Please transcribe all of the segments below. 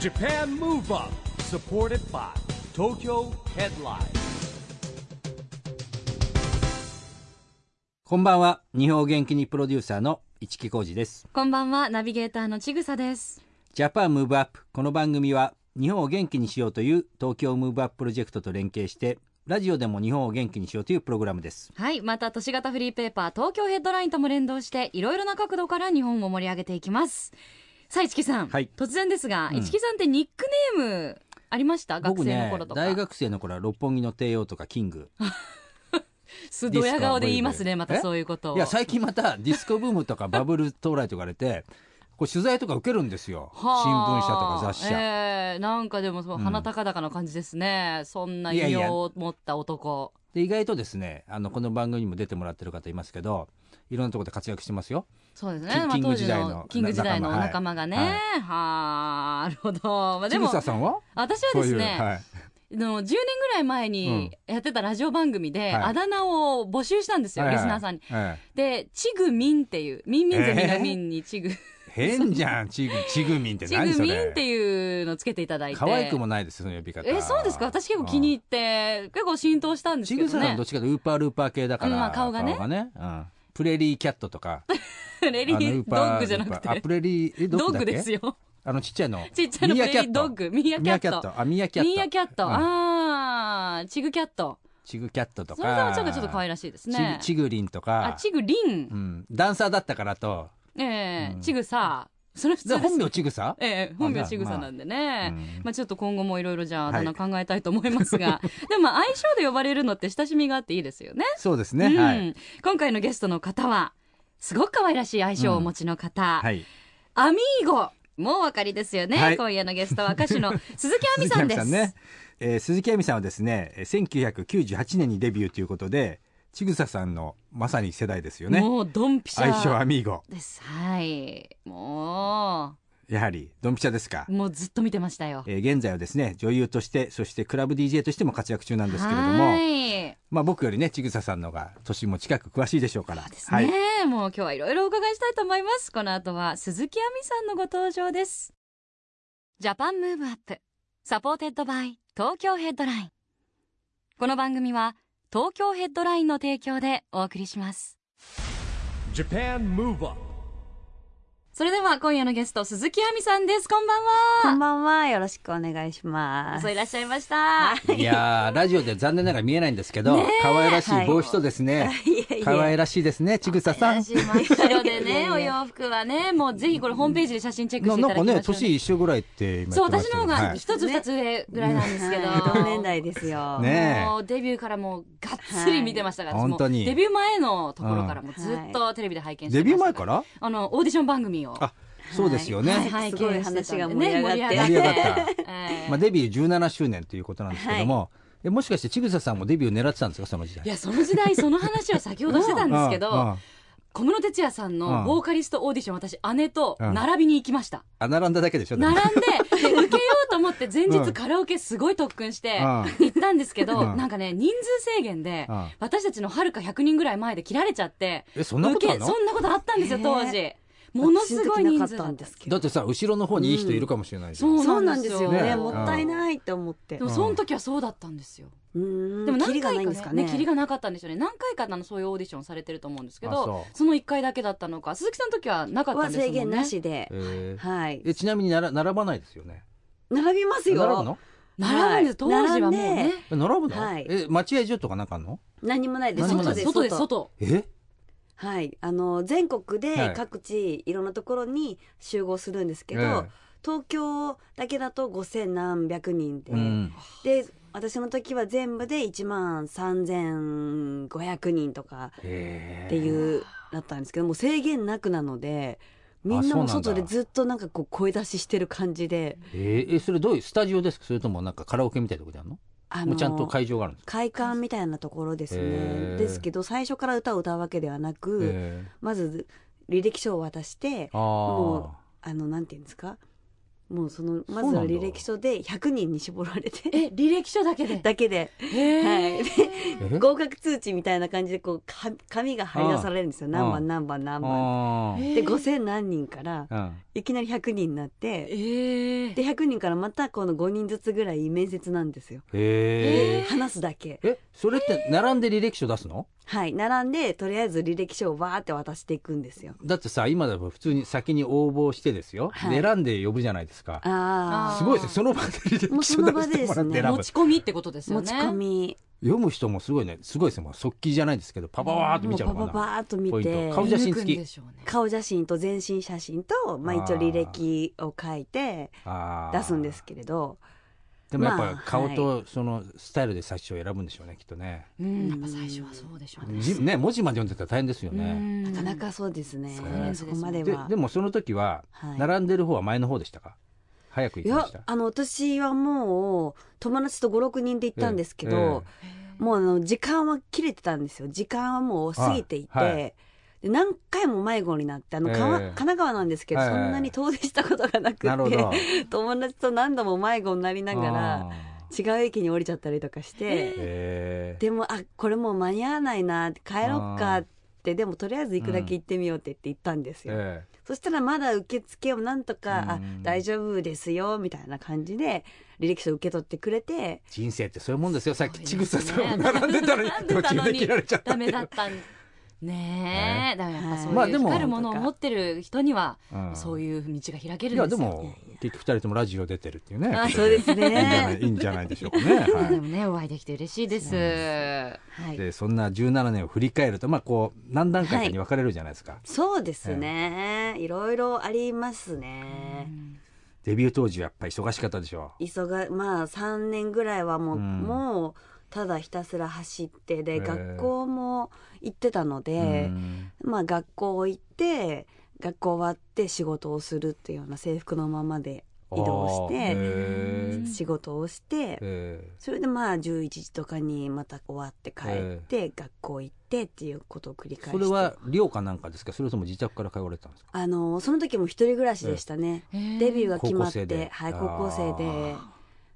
JAPAN MOVE UP SUPPORTED BY TOKYO HEADLINE こんばんは日本を元気にプロデューサーの市木浩司ですこんばんは、ナビゲーターのちぐさです。ジャパンムーブアップこの番組は日本を元気にしようという東京ムーブアッププロジェクトと連携してラジオでも日本を元気にしようというプログラムですはい、また都市型フリーペーパー、東京ヘッドラインとも連動して、いろいろな角度から日本を盛り上げていきます。さあ、市木さん、はい突然ですが、うん市木さんってニックネームありました学生の頃とか。大学生の頃は六本木の帝王とかキングす ドヤ顔で言いますね、ディまスカたそういうことを。いや最近またディスコブームとかバブル到来とか言われてこう取材とか受けるんですよ新は聞あ社とか雑誌社、えーなんかでもそうう、ん鼻高々な感じですね。そんなや異いや名を持った男。で意外とですねあのこの番組にも出てもらってる方いますけどいろんなところで活躍してますよそうですキねン。まあキング時代の当キング時代のお仲間がね。はいはあ、なるほど。まあ、で千も、草さんは私はそうですいう、ね、はい、の10年ぐらい前にやってたラジオ番組で、はいあだ名を募集したんですよ、はいはいリスナーさんに。えで、ちぐみんっていう、みんみんゼミえのーみん にちぐ、え変じゃんち ぐちぐみんってち何ぐそれみんっていうのをつけていただいて。可愛くもないですその呼び方え、そうですか私結構気に入って、結構浸透したんうんですちけぐどささんねどっ。ちかというとウーパールーパー系だから、うんまあ顔がねうんプレリーキャットとか レリあのウーードパーッグじゃなくルーパーあてプ。レリーえドッドグだッっグけですよ。あのちっちゃいのちっちゃなプミーレアキャリッートドッグ。ミーアキミャヤキャッット。トあミヤキャットミーアキャット。うんあー、ちぐキャット。ちぐキャットとそかれともちょっとちょっと可愛らしいですね。ちぐちぐりんとかあ、ちぐりんう。ん、ダンサーだったからとええうんちぐさ。それ普通でです。本名ちぐさええ本名ちぐさなんでね。ままああうんちょっと今後もいろいろじゃあ、はいあだ名考えたいと思いま すが、でも愛称で呼ばれるのって親しみがあっていいですよね。そうですね、うんはい、今回のゲストの方は、すごく可愛らしい愛称をお持ちの方、はい、アミーゴ。もうお分かりですよね。はい今夜のゲストは歌 手の鈴木亜美さんです。鈴木亜美ね、えー鈴木亜美さんはですねえー1998年にデビューということでちぐささんのまさに世代ですよねもうドンピシャ。愛称アミーゴです。はい。もやはりドンピシャですかう、、もうずっと見てましたよ。えー現在はですね女優としてそしてクラブ DJ としても活躍中なんですけれどはも、い。まあ、僕よりねちぐささんの方が年も近く詳しいでしょうからそうですはいね、もう今日はいろいろお伺いしたいと思いますこの後は鈴木亜美さんのご登場ですジャパンムーブアップサポーテッドバイ東京ヘッドラインこの番組は東京ヘッドラインの提供でお送りします JAPAN MOVE UP それでは今夜のゲスト鈴木亜美さんですこんばんこんはばんは。よろしくお願いしますそう。いらっしゃいました いやーラジオで残念ながら見えないんですけど、可愛らしい帽子とですね、いや可愛らしいですねちぐささん私真っ白でいやいねやお洋服はねもうぜひこれホームページで写真チェックしなていなたんだきかましょう、ね年一緒ぐらいって今そう言ってまし私たのけ方どがはい一つ二つ上ぐらいなんですけど、はい同年代ですよ。ねえもうデビューからもうがっつり見てましたから、はいもう本当にデビュー前のところからもずっとテレビで拝見しデてましたビュー前からあのオーディション番組をあそうですよね、はい拝見してすごいたんで話が盛り上がってね盛り上がったええまあ、デビュー17周年ということなんですけども、えもしかしてちぐささんもデビュー狙ってたんですかその時代いやその時代その話は先ほどしてたんですけうんうどん小室哲哉さんうんのボーカリストオーディション私姉とうん並びに行きましたあ並んだだけでしょでも並んでで受けようと思って前う日んカラオケすごい特訓してうん行ったんですけどうんなんかね人数制限でうん私たちのはるか100人ぐらい前で切られちゃってえそんなことある受のけそんなことあったんですよへー当時ものすごい人数だなかったっんたですけだどっ。てさ後ろの方にいい人いるかもしれないじゃん、そうそうなんですよねえね。もったいないと思って。でうもその時はそうだったんですよーんでもキ何リがない回んかですかねね。ねキリがなかったんですよね何回かあのそういうオーディションされてると思うんですけあどそその1回だけだったのか鈴木さんの時はなかったはんですも制んね限なしでえ。ーはい。えちなみになら並ばないですよね並びます並ぶよ。の並ぶんです当はい時はもうねえ並ぶの、はいえ待合所とかなんかあんの何もないです。何もな外いでですす外です外えはい。あの、全国はでい各地、いろんなところに集合するんですけえど、東京だけだと五千何百人でえう。ん、で私の時は全部で1万3500人とかえっていうだったんですけどもう制限なくなのでみんあそなうなんもだ外でずっとなんかこう声出ししてる感じでえーえそれどういうスタジオですかそれともなんかカラオケみたいなとこでやるの、あもうちゃんと会場があるんですか、快感みたいなところですへーねですけど最初から歌を歌うわけではなく、えまず履歴書を渡しー、てああもうあのなんて言うんですかもうそのまそうずなはんだ履歴書で100人に絞られてえ、履歴書だけで。だけでへーえ合格通知みたいな感じでこうか紙が張り出されるんですよ何番何番何番あーで5000何人からうんいきなり100人になってええで100人からまたこの5人ずつぐらい面接なんですよへえで話すだけえそれって並んで履歴書出すのはい並んでとりあえず履歴書をわーって渡していくんですよだってさ今だと普通に先に応募してですよ、はいで選んで呼ぶじゃないですかあーあすごいですねその場で履歴書もう出その場でしてもらってで選ぶ持ち込みってことですよ持ね。ち込み読む人もすごいねすごいですねもう速記じゃないですけどパパワーっとも見うちゃうパのパかパなーっと見ポインてト顔写真付き見抜くんでしょうね顔写真と全身写真と、まあ、一応履歴を書いてあー出すんですけれどでもやっまあぱ顔とそのスタイルで冊子を選ぶんでしょうねきっとねうん、やっぱ最初はそうでしょうね。じね文字まで読んでたら大変ですよねなかなうかそうですねそうなんですそよこまでではでもその時ははい並んでる方は前の方でしたか早く行いきまやしたあの私はもう友達と56人で行ったんですけど、えもうあの時間は切れてたんですよ時間はもう過ぎていて、はいはいで何回も迷子になってあの、かわええ神奈川なんですけど、はいはいそんなに遠出したことがなえくなるほてど友達と何度も迷子に なりながらあー違う駅に降りちゃったりとかして、へえでもあこれもう間に合わないな帰ろっかってでもとりあえず行くだけ行ってみようって言って行ったんですよ、えそしたらまだ受付をなんとか、うあん大丈夫ですよみたいな感じで履歴書受け取ってくれて人生ってそういうもんですよさっきそちうぐですさねさんが並んでたのに並んで途たのに中で切られちゃったダっていメうだったんねえ、だからやっまぱそあういでうも光るものを持ってる人には、うんそういう道が開けるんですいよ。やでも結局二人ともラジオ出てるっていうねあことそうですいいんじゃなねいいいんじゃないでしょうかね、いやは、でもね、お会いできて嬉しいです。はいいでそんな17年を振り返るとまあこう何段階かに分かれるじゃないですか、そうですね、いろいろありますね、デビュー当時はやっぱり忙しかったでしょ急がまあ3年ぐらいはもう、うんもうただひたすら走ってで、へー学校も行ってたのう、でう、んまあ学校行って学校終わって仕事をするっていうような制服のままで移動しあーてへー仕事をして、えそれでまあ11時とかにまた終わって帰って、学校行ってっていうことを繰りー返してそれは寮かなんかですかそれとも自宅から通われてたんですかあのその時も一人暮らしでしたね、デビューが決まって高校生ではい、高校生であ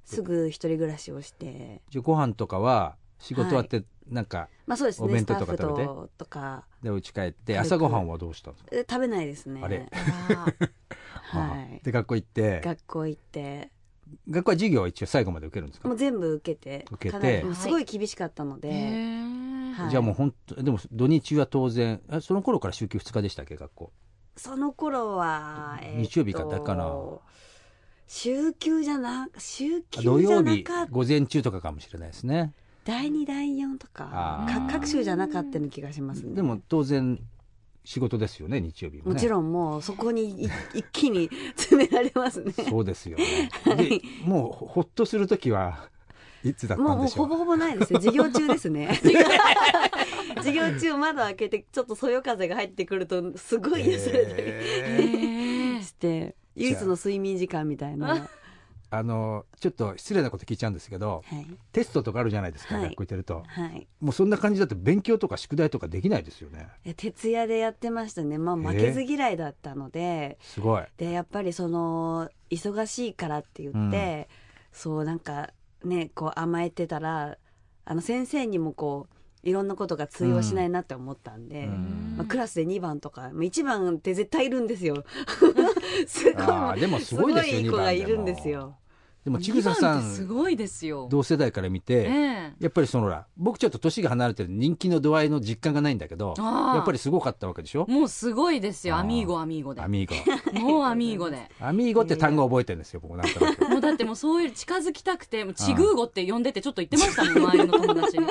すぐ一人暮らしをしてじゃあご飯とかは仕事終わってなんか、まあそうですおね弁ス当タとッか食べフてととかで家帰って朝ごはんはどうしたんですかえ食べないですねあれはいあで学校行って学校行って学校は授業は一応最後まで受けるんですかもう全部受けて受けてかなりもうすごい厳しかったので、ではいじゃあもう本当でも土日は当然えその頃から週休2日でしたっけ学校その頃は、えーっと日曜日からかな週休じゃな週あ土休じゃ曜な日かった午前中とかかもしれないですね第2第4とあかーか各週じゃなかったような気がしますねでも当然仕事ですよね日曜日もねもちろんもうそこにい 一気に詰められますねそうですよ ねでもうほほっとする時はいつだったもうんもでうしょほうぼほぼないですね授業中で すね 授業中窓開けてちょっとそよ風が入ってくるとすごい癒されたりえーして唯一の睡眠時間みたいな、はあのちょっと失礼なこと聞いちゃうんですけどいテストとかあるじゃないですか、はい学校行ってるとはい、もうそんな感じだと勉強とか宿題とかできないですよねいや徹夜でやってましたねまあ負けず嫌いだったので、すごいでやっぱりその忙しいからって言って、そうなんかねこう甘えてたらあの先生にもこういろんなことが通用しないなって思ったんで、うんまあ、クラスで2番とかもう1番って絶対いるんで すよすごいあーでもすごいですよいい2子番がでいもるんですよでもちぐささすんごいですよ。同世代から見て、ええやっぱりそのほら僕ちょっと年が離れてる人気の度合いの実感がないんだけどあーやっぱりすごかったわけでしょもうすごいですよ。あーアミーゴ、アミーゴでア。ミーゴもうアミーゴで。アミーゴって単語覚えてるんですよ僕なんとなくもうだってもうそういう近づきたくて、もうチグーゴって呼んでてちょっと言ってましたもん、周りの友達に。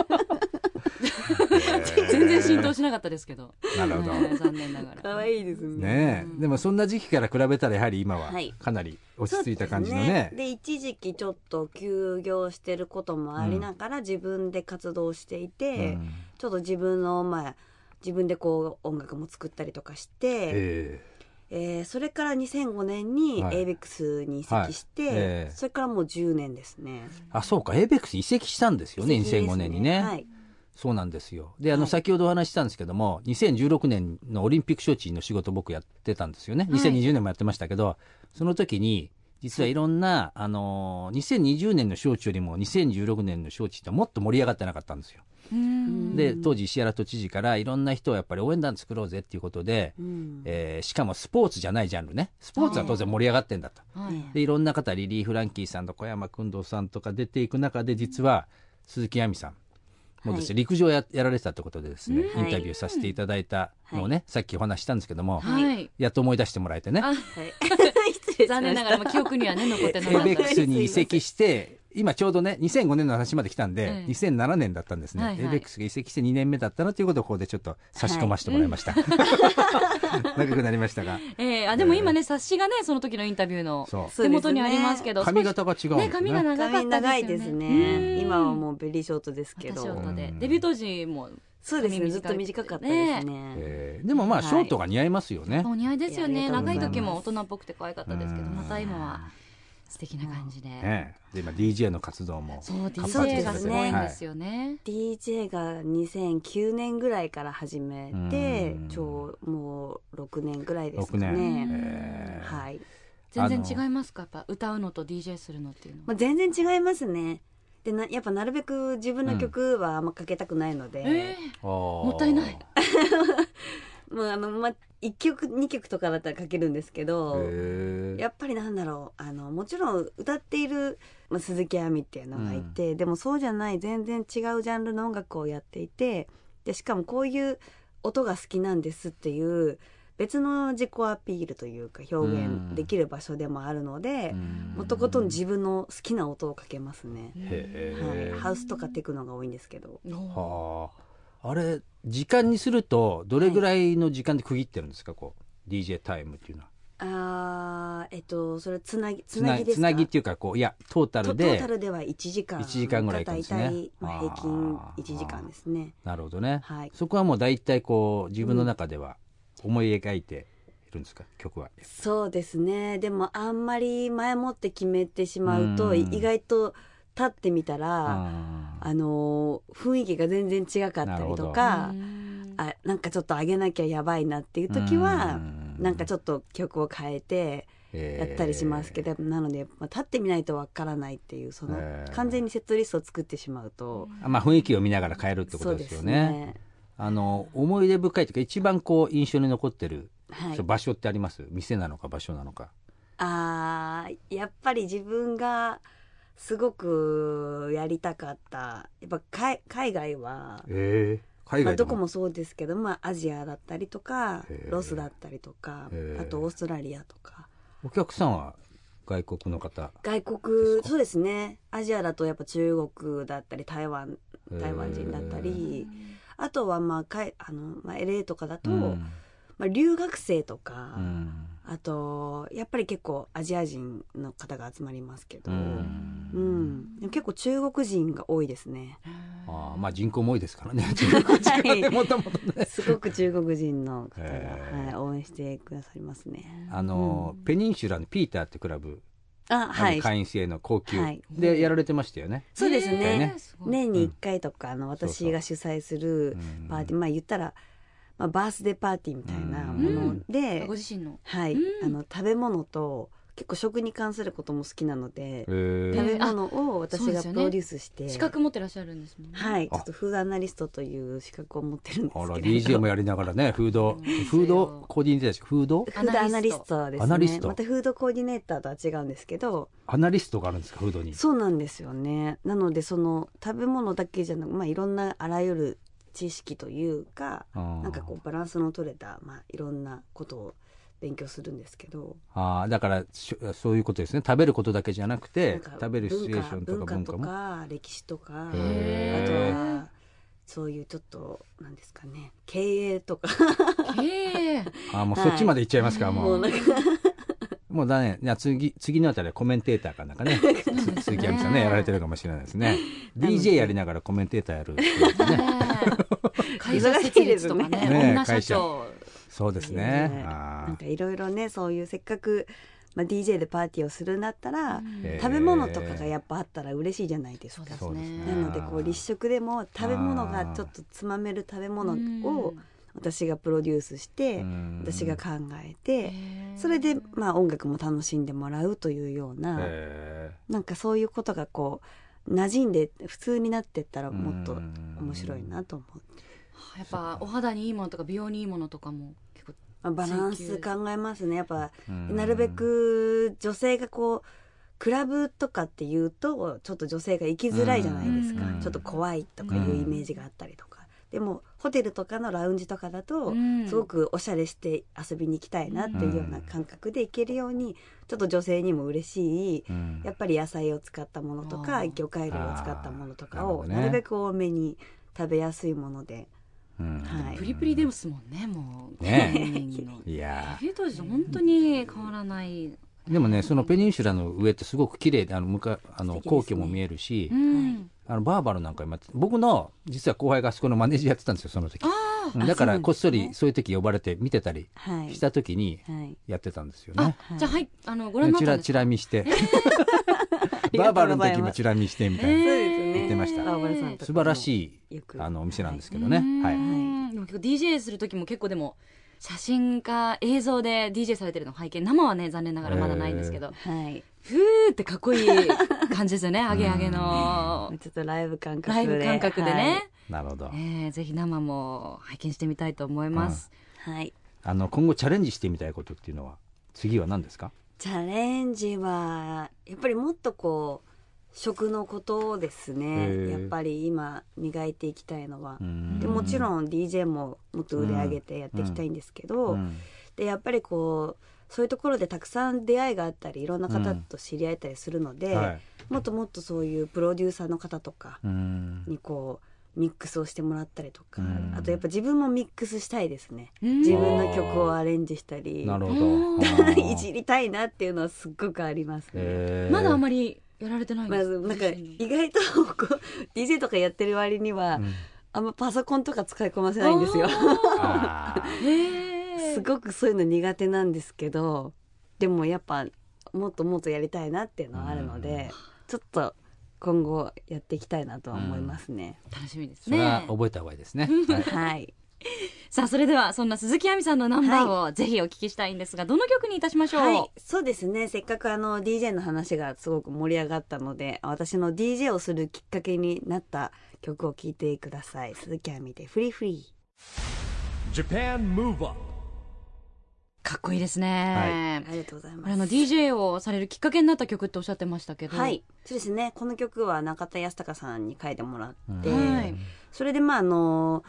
全然浸透しなかったですけど。なるほどええ残念ながら。可愛いですねえでもそんな時期から比べたらやはり今ははいかなり落ち着いた感じのそうねですで一時期ちょっと休業してることもありながら自分で活動していて、うんちょっと自分のまあ自分でこう音楽も作ったりとかして、ええーそれから2005年にはい ABEX に移籍して、はいええそれからもう10年ですね。えあそうか ABEX 移籍したんですよね移籍です2005年にね、はい、そうなんですよであのはい先ほどお話ししたんですけども2016年のオリンピック招致の仕事僕やってたんですよね2020年もやってましたけど、その時に実はいろんな、あのー2020年の招致よりも2016年の招致ってもっと盛り上がってなかったんですよ。うんで当時石原都知事からいろんな人をやっぱり応援団作ろうぜっていうことで、うんえーしかもスポーツじゃないジャンルねスポーツは当然盛り上がってんだと。はいでいろんな方リリー・フランキーさんと小山君堂さんとか出ていく中で実は鈴木亜美さんもですね、陸上ややられてたってことでですね、うんインタビューさせていただいたのをね、さっきお話ししたんですけども、はいやっと思い出してもらえてねあはい 失礼しました残念ながらもう記憶にはね残ってなエかイっベたックスに移籍して今ちょうどね2005年の話まで来たんで、ええ2007年だったんですね、はいはいエイベックスが移籍して2年目だったなということをここでちょっと差し込ませてもらいました、 長くなりましたがええあでも今ね冊子がねその時のインタビューのそ手そうですね元にありますけど髪型が違うんですねね髪が長か髪った長いでですすよね今はもううベリーショートですけけどどでうんデビュー当時もそうですね髪短いずっと短かったですねえーでもまあ、はいショートが似合いますよねお似合いですよいねやあり長がいとうございます時も大人っぽくて可愛かったですけどうんまた今は素敵な感じで、ねで今 DJ の活動もそう活発 DJ にさがれすてごいんはでいすよね、 DJ が2009年ぐらいから始めてうんちょうもう6年ぐらいです六か年ねえーはい全然違いますかやっぱ歌うのと DJ するのっていうのは、まあ全然違いますねでなやっぱなるべく自分の曲はあんまかけたくないので、ええももったいないもうあの、まあ、1曲2曲とかだったらかけるんですけど、やっぱりなんだろうあのもちろん歌っている、まあ、鈴木亜美っていうのがいて、でもそうじゃない全然違うジャンルの音楽をやっていてでしかもこういう音が好きなんですっていう別の自己アピールというか表現できる場所でもあるので、もうとことん自分の好きな音をかけますね、へはーい、ハウスとかテクノが多いんですけどおはああれ時間にするとどれぐらいの時間で区切ってるんですか、こう DJ タイムっていうのはあーえっとそれつなぎつなぎですかつなぎっていうかこういやトータトルトーでタルでは1時間一時間ぐらいいくん大ですね体、まあ、平均あー1時間ですねなるほどね、はいそこはもう大体こう自分の中では思い描いているんですか、曲はそうですねでもあんまり前もって決めてしまうとうん意外と立ってみたら、あのー雰囲気が全然違かったりとかあなんかちょっと上げなきゃやばいなっていう時はなんかちょっょっと曲を変えてとやったりしますけど、ど、なので、まあ、立ってみないとわからないっていうその、えー完全にセットリストを作ってしまうと、あまあ、雰囲気を見ながら変えるってこそとうでですすよねね。あの思い出深いというか一番こう印象に残ってる、はいそう、場所ってあります店なのか場所なのかあーやっぱり自分がすごくやりたかったやっぱ海海外は、ええ海外まあ、でどこもそうですけど、まあ、アジアだったりとかへえロスだったりとかへえあとオーストラリアとかお客さんは外国の方外国ですかそうですねアジアだとやっぱ中国だったり台湾台湾人だったり、あとはまあかいあの、まあ、LA とかだと、うんまあ、留学生とか。うんあとやっぱり結構アジア人の方が集まりますけど、うんうん、でも結構中国人が多いです ね。あーまあ人口も多いですから ね中国人はねもともと ねすごく中国人の方が、へーはい、応援してくださりますね。あの、ペニンシュラのピーターってクラブ、あ、はあのい、会員制の高級、はいでやられてましたよね、そうですだよね。ねすごい年に一回とか、あの、私が主催するうんパーティー、まあ、言ったら。まあ、バースデーパーティーみたいなもうのんで、ご自身のはい、うんあの、食べ物と。結構食に関することも好きなので、えー食べ物を私そうでがすよプねロデュースして。資格持ってらっしゃるんですもんねはい、ちあょっとフードアナリストという資格を持ってるんですけあれど。ら DJ もやりながらねフードフードコーディネーターですフードフードアナリストですアナリスね。トまたフードコーディネーターとは違うんですけど、アナリストがあるんですかフードにそうなんですよね。なのでその食べ物だけじゃなく、まあいろんなあらゆる知識というか、ななんかこうバランスの取れたまあいろんなことを勉強するんですけど、ああだからしょそういうことですね食べることだけじゃなくなてんか食べるシチュエーションと文か化文文化化ともか歴史とか、あとへーはそういうちょっとなんですかね、経営とか、へえああもうはいそっちまで行っちゃいますか、ももううなんかもうだねじゃあ次次のあたりはコメンテーターかなんか ねす鈴木亜美さんねやられてるかもしれないですね DJ やりながらコメンテーターやるっていう ね会社設立とかねね女社長そうですね ねあなんあかいろいろねそういうせっかく、まあ、DJ でパーティーをするんだったら、えー食べ物とかがやっぱあったら嬉しいじゃないですか。そうですねなのでこう立食でも食べ物がちょっとつまめる食べ物を私がプロデュースして、うん私が考えて、それで、まあ、音楽も楽しんでもらうというような、へなんかそういうことがこう馴染んで普通になってったらーもっとうん面白いなと思う、やっぱお肌にいいものとか美容にいいものとかも結構まあ、バランス考えますねやっぱうんなるべく女性がこうクラブとかっていうとちょっと女性が行きづらいじゃないですか、うんちょっと怖いとかいうイメージがあったりとか、でもホテルとかのラウンジとかだと、うんすごくおしゃれして遊びに行きたいなっていうような感覚で行けるようにちょっと女性にも嬉しいうんやっぱり野菜を使ったものとあかー魚介類を使ったものとかあをーなるほどねなるべく多めに食べやすいもので、うんはいプリプリですもんねもうねえ本人のいやデビュー当時と本当に変わらない、ーでもねそのペニンシュラの上ってすごく綺麗であのむかあ素の敵ですね皇居も見えるし、うんあのバーバロなんか今僕の実は後輩があそこのマネージャーやってたんですよその時あうんだかあそうらなんですねこっそりそういう時呼ばれて見てたりはいした時にはい、やってたんですよあ、ね。あじゃあはいあのご覧ねになチラったんですチラ見してりバーがとバうございまロのす時もチラ見してみたいな、そうですね言ってましたバーバラさんとかも素晴らしいよくあのお店なんですけけどね。はいでも結構 DJ する時も結構でも写真か映像で DJ されてるのを拝見生はね残念ながらまだないんですけど、はいふーってかっこいい感じですよ ねアゲアゲのちょっとライブ感覚ライでブ感覚でね、なるほどえ。ーぜひ生も拝見してみたいと思います、はい、はいあの今後チャレンジしてみたいことっていうのは次は何ですか？チャレンジはやっぱりもっとこう食のことをですへえねやっぱり今磨いていきたいのは、うんでもちん。ろん DJ ももっと売り上げてやっていきたいんですけど、うんでやっぱりこうそういうところでたくさん出会いがあったりいろんな方と知り合えたりするので、はいもっともっとそういうプロデューサーの方とかうんにこうミックスをしてもらったりとか、うんあとやっぱ自分もミックスしたいですねうん自分の曲をアレンジしたりなるほうんど。 いじりたいなっていうのはすっごくありますね。まだあんままりやられてないんまですずなんか自身の意外とこう DJ とかやってる割には、あんまパソコンとか使いこなせないんです よ。あ ーへえすごくそういうの苦手なんですけどでもやっぱもっともっとやりたいなっていうのはあるので、ちょっと今後やっていきたいなとは思いますね。楽しみですそれはね覚えた方がいいですね。はいはい、さあそれではそんな鈴木亜美さんのナンバーをぜひお聞きしたいんですが、どの曲にいたしましょう、はい、そうですねせっかくあの DJ の話がすごく盛り上がったので私の DJ をするきっかけになった曲を聴いてください鈴木亜美で「フリーフリー Japan Move Up かっこいいですね、」ありがとうございこれあのます。 DJ をされるきっかけになった曲っておっしゃってましたけどはい、そうですねこの曲は中田泰孝さんに書いてもらって、はいそれでまああの、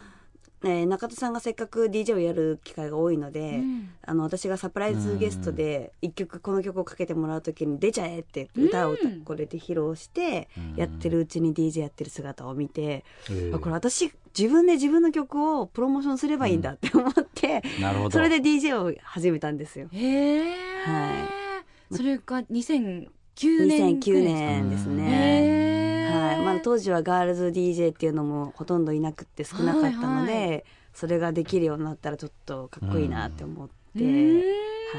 えー中田さんがせっかく DJ をやる機会が多いのうで、んあの私がサプライズゲストで一曲この曲をかけてもらう時に「出ちゃえ!」って言って歌を歌うんこれで披露してやってるうちに DJ やってる姿を見て、うんあこれ私自分で自分の曲をプロモーションすればいいんだって思って、なるほど。それで DJ を始めたんですよ。へえ、それが2009年2009年ですへね。え、はいまあ、当時はガールズ DJ っていうのもほとんどいなくって少なかったので、はいそれができるようになったらちょっとかっこいいなって思って、うんは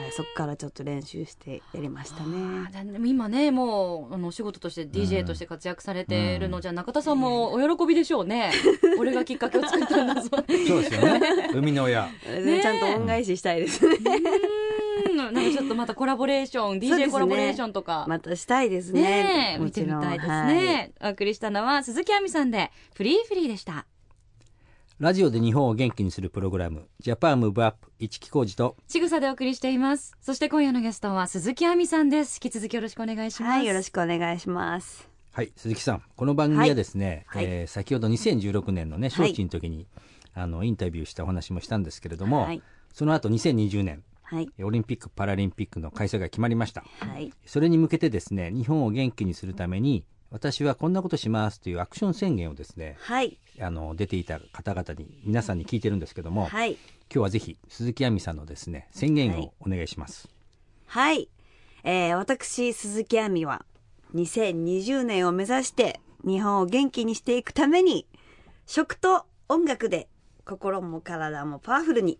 い、そこからちょっと練習してやりましたあね。ーでも今ねもうあのお仕事として DJ として活躍されてるの、じゃあ中田さんもお喜びでしょう ね、俺がきっかけを作ったんだぞそうですよね。海の親。ねちゃんと恩返ししたいですね。うんなんかちょっとまたコラボレーションそうです DJ ねコラボレーションとか、またしたいですねね。えも見てちみろんたいですはいね、お送りしたのは鈴木亜美さんで「フリーフリー」でしたラジオで日本を元気にするプログラム、ジャパンムーブアップ、市木浩二と、ちぐさでお送りしていますそして今夜のゲストは鈴木亜美さんです引き続きよろしくお願いします、はい、よろしくお願いします。はい、鈴木さん、この番組はですね、はいはいえー先ほど2016年のね、招致の時に、あの、インタビューしたお話もしたんですけれども、はいその後2020年、はい。オリンピック・パラリンピックの開催が決まりました。はい。それに向けてですね、日本を元気にするために、私はこんなことしますというアクション宣言をですね、はい。あの、出ていた方々に、皆さんに聞いてるんですけども、はい。今日はぜひ鈴木亜美さんのですね宣言をお願いします、はい。えー、私、鈴木亜美は、2020年を目指して、日本を元気にしていくために、食と音楽で、心も体もパワフルに。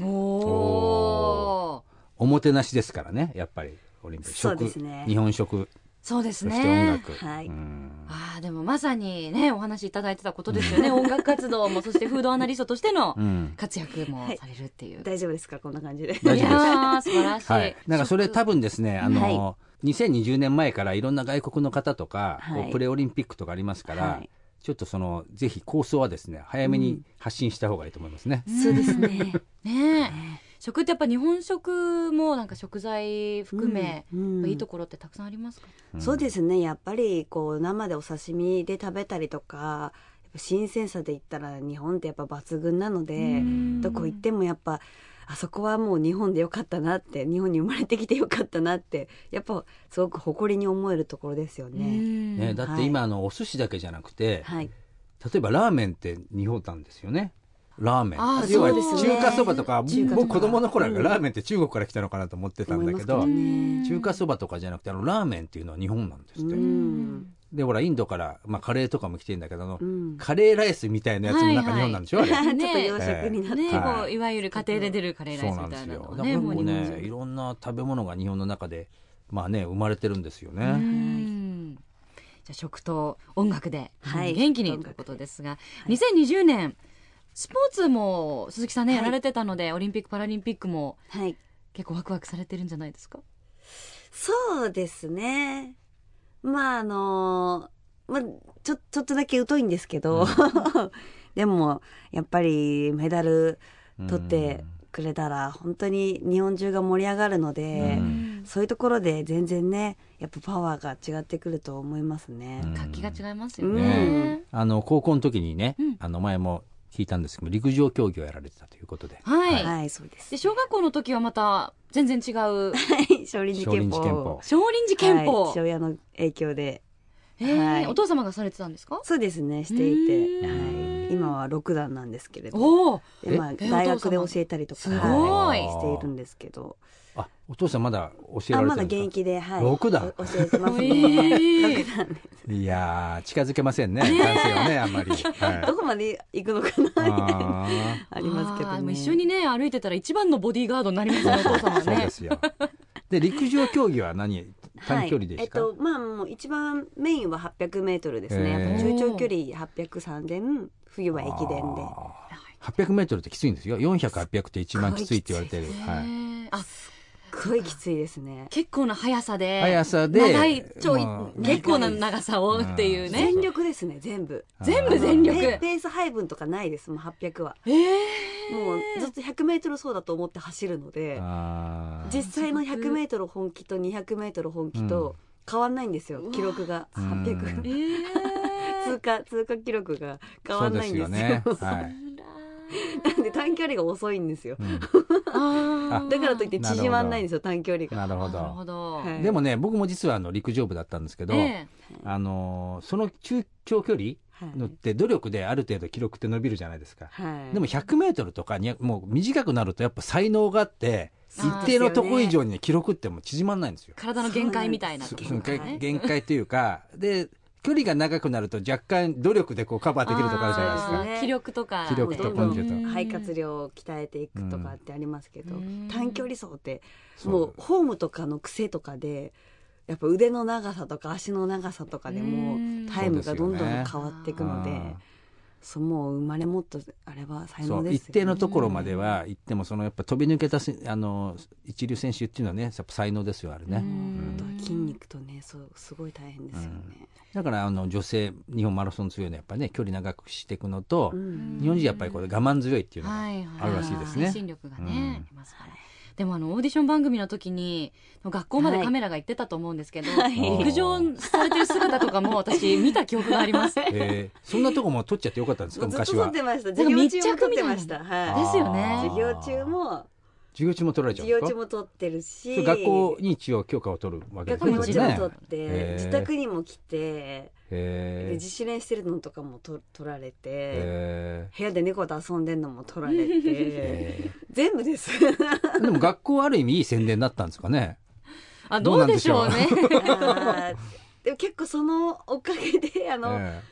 おおおおもてなしですからねやっぱりオリンピックそうですね食日本食そうですそして音ね楽、。はいうんああでもまさにねお話しいただいてたことですよね音楽活 動もそしてフードアナリストとしてのうん活躍もされるっていう、大丈夫ですかこんな感じで。大丈夫でいすやー素晴らしい、はい、なんかそれ多分ですね、あの、は2020年前からいろんな外国の方とか、はいこうプレオリンピックとかありますから、はいちょっとそのぜひ構想はですね早めに発信した方がいいと思いますね。 そうです ねねえ食ってやっぱ日本食もなんか食材含め、うんうんいいところってたくさんありますか、そうですねやっぱりこう生でお刺身で食べたりとかやっぱ新鮮さで言ったら日本ってやっぱ抜群なのでどこ行ってもやっぱあそこはもう日本でよかったなって日本に生まれてきてよかったなってやっぱすごく誇りに思えるところですよね。ね、だって今、あのお寿司だけじゃなくて、はい、例えばラーメンって日本なんですよね。ラーメンあー要はそうです中ね華そばとか中華そば僕子供の頃はラーメンって中国から来たのかなと思ってたんだけど、思いますけどね中華そばとかじゃなくてあのラーメンっていうのは日本なんですって。うんでほらインドから、まあ、カレーとかも来てんだけどあの、うんカレーライスみたいなやつもなんか日本なんでしょ、はいあはれ ちょっと洋ねえ食になって、ね、はいこういわゆる家庭で出るカレーラそイうスなみんですたいなよのだをからね結も構う日本ねい人ろんな食べ物が日本の中でまあね生まれてるんですよね、うんじゃあ食と音楽ではい元気に食と音とい楽でうことですが、2020年スポーツも鈴木さんね、はいやられてたのでオリンピック・パラリンピックもはい、結構ワクワクされてるんじゃないですかそうですねまああのまあちょちょっとだけ疎いんですけど、 でもやっぱりメダル取ってくれたら本当に日本中が盛り上がるので、うんそういうところで全然ねやっぱパワーが違ってくると思いますね。うん活気が違いますようんね。あの高校の時にね、うんあの前も聞いたんですけど陸上競技をやられてたということではい、はい、そうです。で小学校の時はまた全然違 うはい、少林少寺林拳寺拳法法。少林寺拳はい法、父親の影響で。えーはいお父様がされてたんですかそうですね、していて。うはい、今は六段なんですけれど。おおでまあ、え大学でお教父様えたりとか、すごいはいしているんですけど。あお父さんまだ教えらあ、れまてだるん現です役で、はい。六段お教えてますえーね。六段でかいやー近づけませんね男性はねあんまり、はい どこまで行くのかなみたいな。あー ありますけどあーもうね。一緒にね歩いてたら一番のボディーガードになりますよねお父様は そうねですよ。で陸上競技は何短距離ではい、えし、ったとまあもう一番メインは800メートルですね。へーやっぱ中長距離803電、冬は駅伝で。 800メートルってきついんですよ。400、800って一番きついって言われてる。はへい。ーあすごいきついです ね。結構な速さで速さで長いちょいもう結構な長さをっていうね全力ですね全部。全部全力ペーペース配分とかないですもう800は。えーもうずっと100メートル走だと思って走るので、あー実際の100メートル本気と200メートル本気と変わんないんですよ、記録がうんえ800。ー通過通過記録が変そわうんでないんすですよよ。ね。はい。なん で短距離が遅いんですよ。あーだからといって縮まんないんですよ短距離が。なるほなるほど。ど、はいでもね、僕も実はあの陸上部だったんですけど、えあのーその中長距離のって努力である程度記録って伸びるじゃないですか。はい。でも100メートルとかにもう短くなるとやっぱ才能があって、一定のとこ以上にね記録ってもう縮まんないんですよー。体の限界みたいなそとこそのろが 限ね限界というか、で、距離が長くなると若干努力でこうカバーできるとかあるじゃないですあーか。気力とか気力と根性とうん肺活量を鍛えていくとかってありますけど、うん短距離走ってそうもうホームとかの癖とかでやっぱ腕の長さとか足の長さとかでもうんうタイムがどんどん変わっていくのでうんそうもう生まれもっとあれは才そ能うですよ、ね、一定のところまでは行ってもそのやっぱ飛び抜けたせあの一流選手っていうのはねやっぱ才能ですよあれね、あとは筋肉とねそうすごい大変ですよね、だからあの女性日本マラソン強いのはやっぱりね距離長くしていくのと、日本人やっぱりこれ我慢強いっていうのがはいあるらしいですね、精神力がね、うんありますからでもあのオーディション番組の時に学校まではいカメラが行ってたと思うんですけど、はい陸上されてる姿とかも私見た記憶がありますで え ーそんなとこも取っちゃってよかったんですもかうずっ昔と撮っはてましなたん授か業密中も着撮っみたていなましたあーはすよいーね授業中も授業中も取られちゃ授うんですか業中も撮ってるしそれ学校に一応許可を取るわけです学校ねにもちろん撮っへーて自宅にも来てでへ自主練してるのとかもと撮られてえ部屋で猫と遊んでんのも撮られてえ全部ですーでも学校はある意味いい宣伝だったんですかね。あどうでしょうね あーでも結構そのおかげであの、え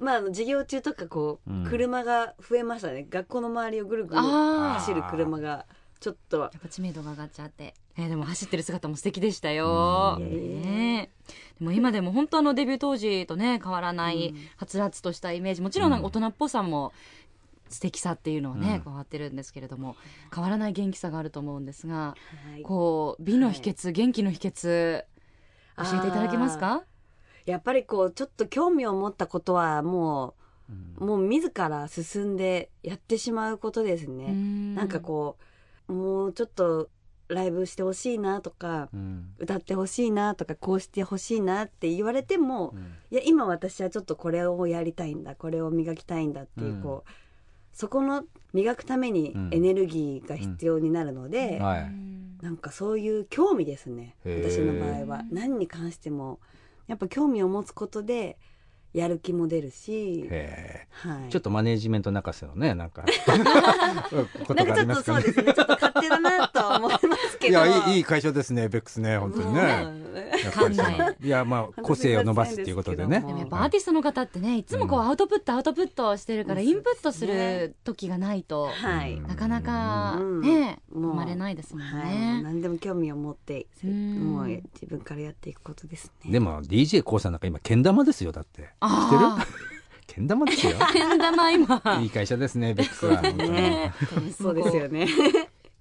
まああの授業中とかこう、うん車が増えましたね学校の周りをぐるぐるあー走る車がちょっとやっぱ知名度が上がっちゃって、えーでも走ってる姿も素敵でしたよ、うんねえでも今でも本当あのデビュー当時とね変わらなういんはつらつとしたイメージもちろんなんかう大人っぽさも素敵さっていうのはね、うん変わってるんですけれども変わらない元気さがあると思うんですがはいこう美の秘訣、元気の秘訣教えていただけますかやっぱりこうちょっと興味を持ったことはもうもう自ら進んでやってしまうことですね、ななんかこうもうちょっとライブしてほしいなとかうん歌ってほしいなとかこうしてほしいなって言われても、うんいや今私はちょっとこれをやりたいんだこれを磨きたいんだっていう、うんこうそこの磨くためにうんエネルギーが必要になるので、はいなんかそういう興味ですねへー私の場合は何に関してもやっぱ興味を持つことでやる気も出るし、へはい、えちょっとマネージメント泣かせのねなん かことなんがかあちりょますかねっとそうですねちょっと勝手だなとは思いますけいどやいいいい会社ですねベックスね本当にねもうやっぱりそ考のいやまあ個性を伸ばすっていうことでねでもやっうぱんアーティストの方ってねいつもこううんアウトプットアウトプットしてるからうんインプットすそうでする時がないとはい、うんなかなかうんねもう生まれないですもんはい、もうね。何でも興味を持ってうんもう自分からやっていくことですねでも d j k o さんなんか今けん玉ですよだってあけん玉ですよあ、けん玉今。 いい会社ですねベックスは本当にねそうですよね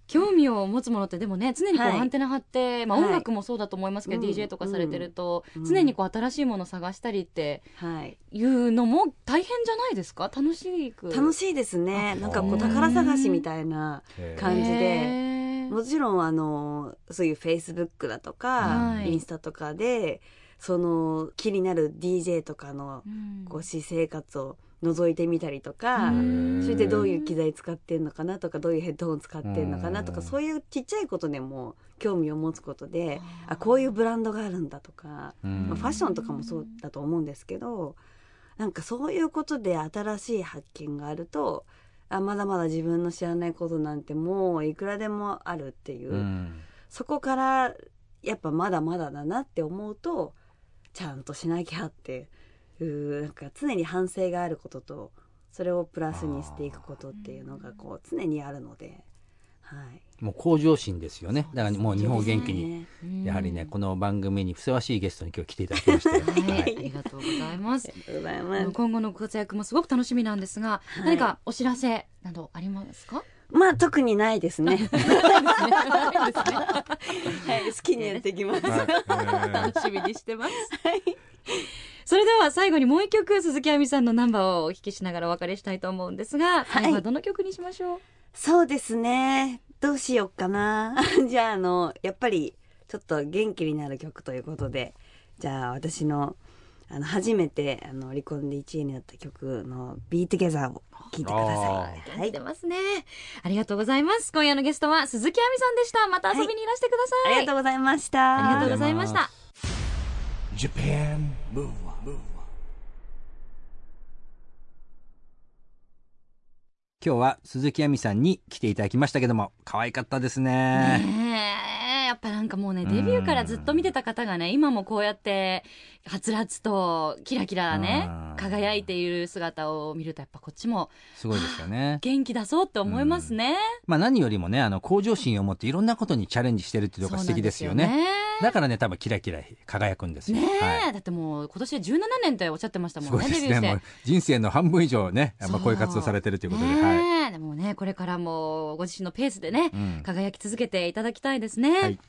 興味を持つものってでもね常にこうはいアンテナ張って、まあ、はい音楽もそうだと思いますけど、うん DJ とかされてると、うん常にこう新しいもの探したりってはいいうのも大変じゃないですか楽しく楽いしいですねあなんかこううん宝探しみたいなへえ感じでへーもちろんあのそういうフェイスブックだとか、はいインスタとかでその気になる DJ とかのうんこう私生活を覗いてみたりとか、うんそれでどういう機材使ってんのかなとかどういうヘッドホン使ってんのかなとうかんそういうちっちゃいことでも興味を持つことであーあこういうブランドがあるんだとか、うんまあファッションとかもそうだと思うんですけどなんかそういうことで新しい発見があるとあまだまだ自分の知らないことなんてもういくらでもあるっていう、うんそこからやっぱまだまだだなって思うとちゃんとしなきゃっていうなんか常に反省があることとそれをプラスにしていくことっていうのがこう常にあるので、はい、もう向上心ですよねだからもう日本を元気に、ねうんやはりねこの番組にふさわしいゲストに今日来ていただきまして、はい、はいありがとうございますありがとうございあ まのす。今後のご活躍もすごく楽しみなんですが、はい何かお知らせなどあります かまあ特にないです なね。いですねはい、 好きにやっていきます。はい楽しみにして ます。それでは最後にもう一曲鈴木亜美さんのナンバーをお聞きしながらお別れしたいと思うんですが、最後はどの曲にしましょう。そうですね。どうしよっかな。 じゃあ、あの、やっぱり、ちょっと元気になる曲ということで、じゃあ、私の、あの、初めて、あの、離婚で1位になった曲の、Be Together を聴いてください。ははい、い出。ますね。ありがとうございます。今夜のゲストは鈴木亜美さんでした。また遊びにいらしてくだあさい。りがとうございました。ありがとうございました。 Japan Move Up, 今日は鈴木亜美さんに来ていただきましたけども可愛かったですねねえやっぱなんかもうね、デビューからずっと見てた方がね、今もこうやって、はつらつとキラキラねうん、輝いている姿を見ると、やっぱこっちもすごいですよね元気出そうって思いますね。まあ何よりもねあの向上心を持っていろんなことにチャレンジしてるっていうのが素敵ですよねそうなんですよねだからね多分キラキラ輝くんですよねえ、はいだってもう今年で17年っておっしゃってましたすもんごねいですデビューねしてもう人生の半分以上ねやっぱこういう活動されてるということで、はいねえでもねこれからもご自身のペースでね、うん輝き続けていただきたいですね、はい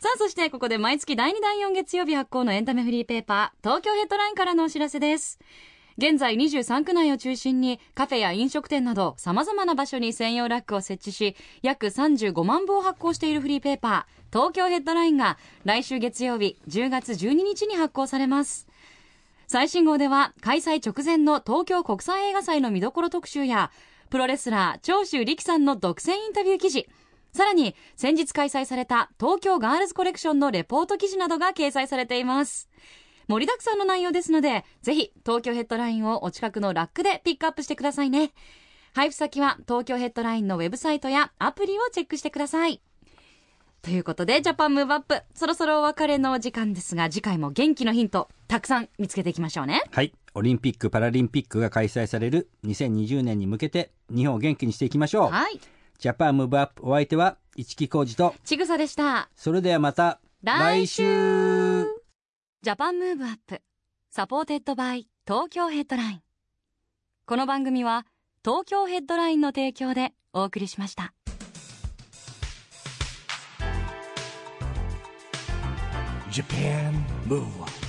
さあそしてここで毎月第2第4月曜日発行のエンタメフリーペーパー東京ヘッドラインからのお知らせです現在23区内を中心にカフェや飲食店など様々な場所に専用ラックを設置し約35万部を発行しているフリーペーパー東京ヘッドラインが来週月曜日10月12日に発行されます最新号では開催直前の東京国際映画祭の見どころ特集やプロレスラー長州力さんの独占インタビュー記事さらに先日開催された東京ガールズコレクションのレポート記事などが掲載されています盛りだくさんの内容ですのでぜひ東京ヘッドラインをお近くのラックでピックアップしてくださいね配布先は東京ヘッドラインのウェブサイトやアプリをチェックしてくださいということで、ジャパンムーブアップ、そろそろお別れのお時間ですが、次回も元気のヒント、たくさん見つけていきましょうね。はい。オリンピック・パラリンピックが開催される2020年に向けて日本を元気にしていきましょう。はい。ジャパンムーブアップお相手は市木浩二と、ちぐさでした。それではまた来週来週ジャパンムーブアップサポーテッドバイ東京ヘッドラインこの番組は東京ヘッドラインの提供でお送りしました Japan Move Up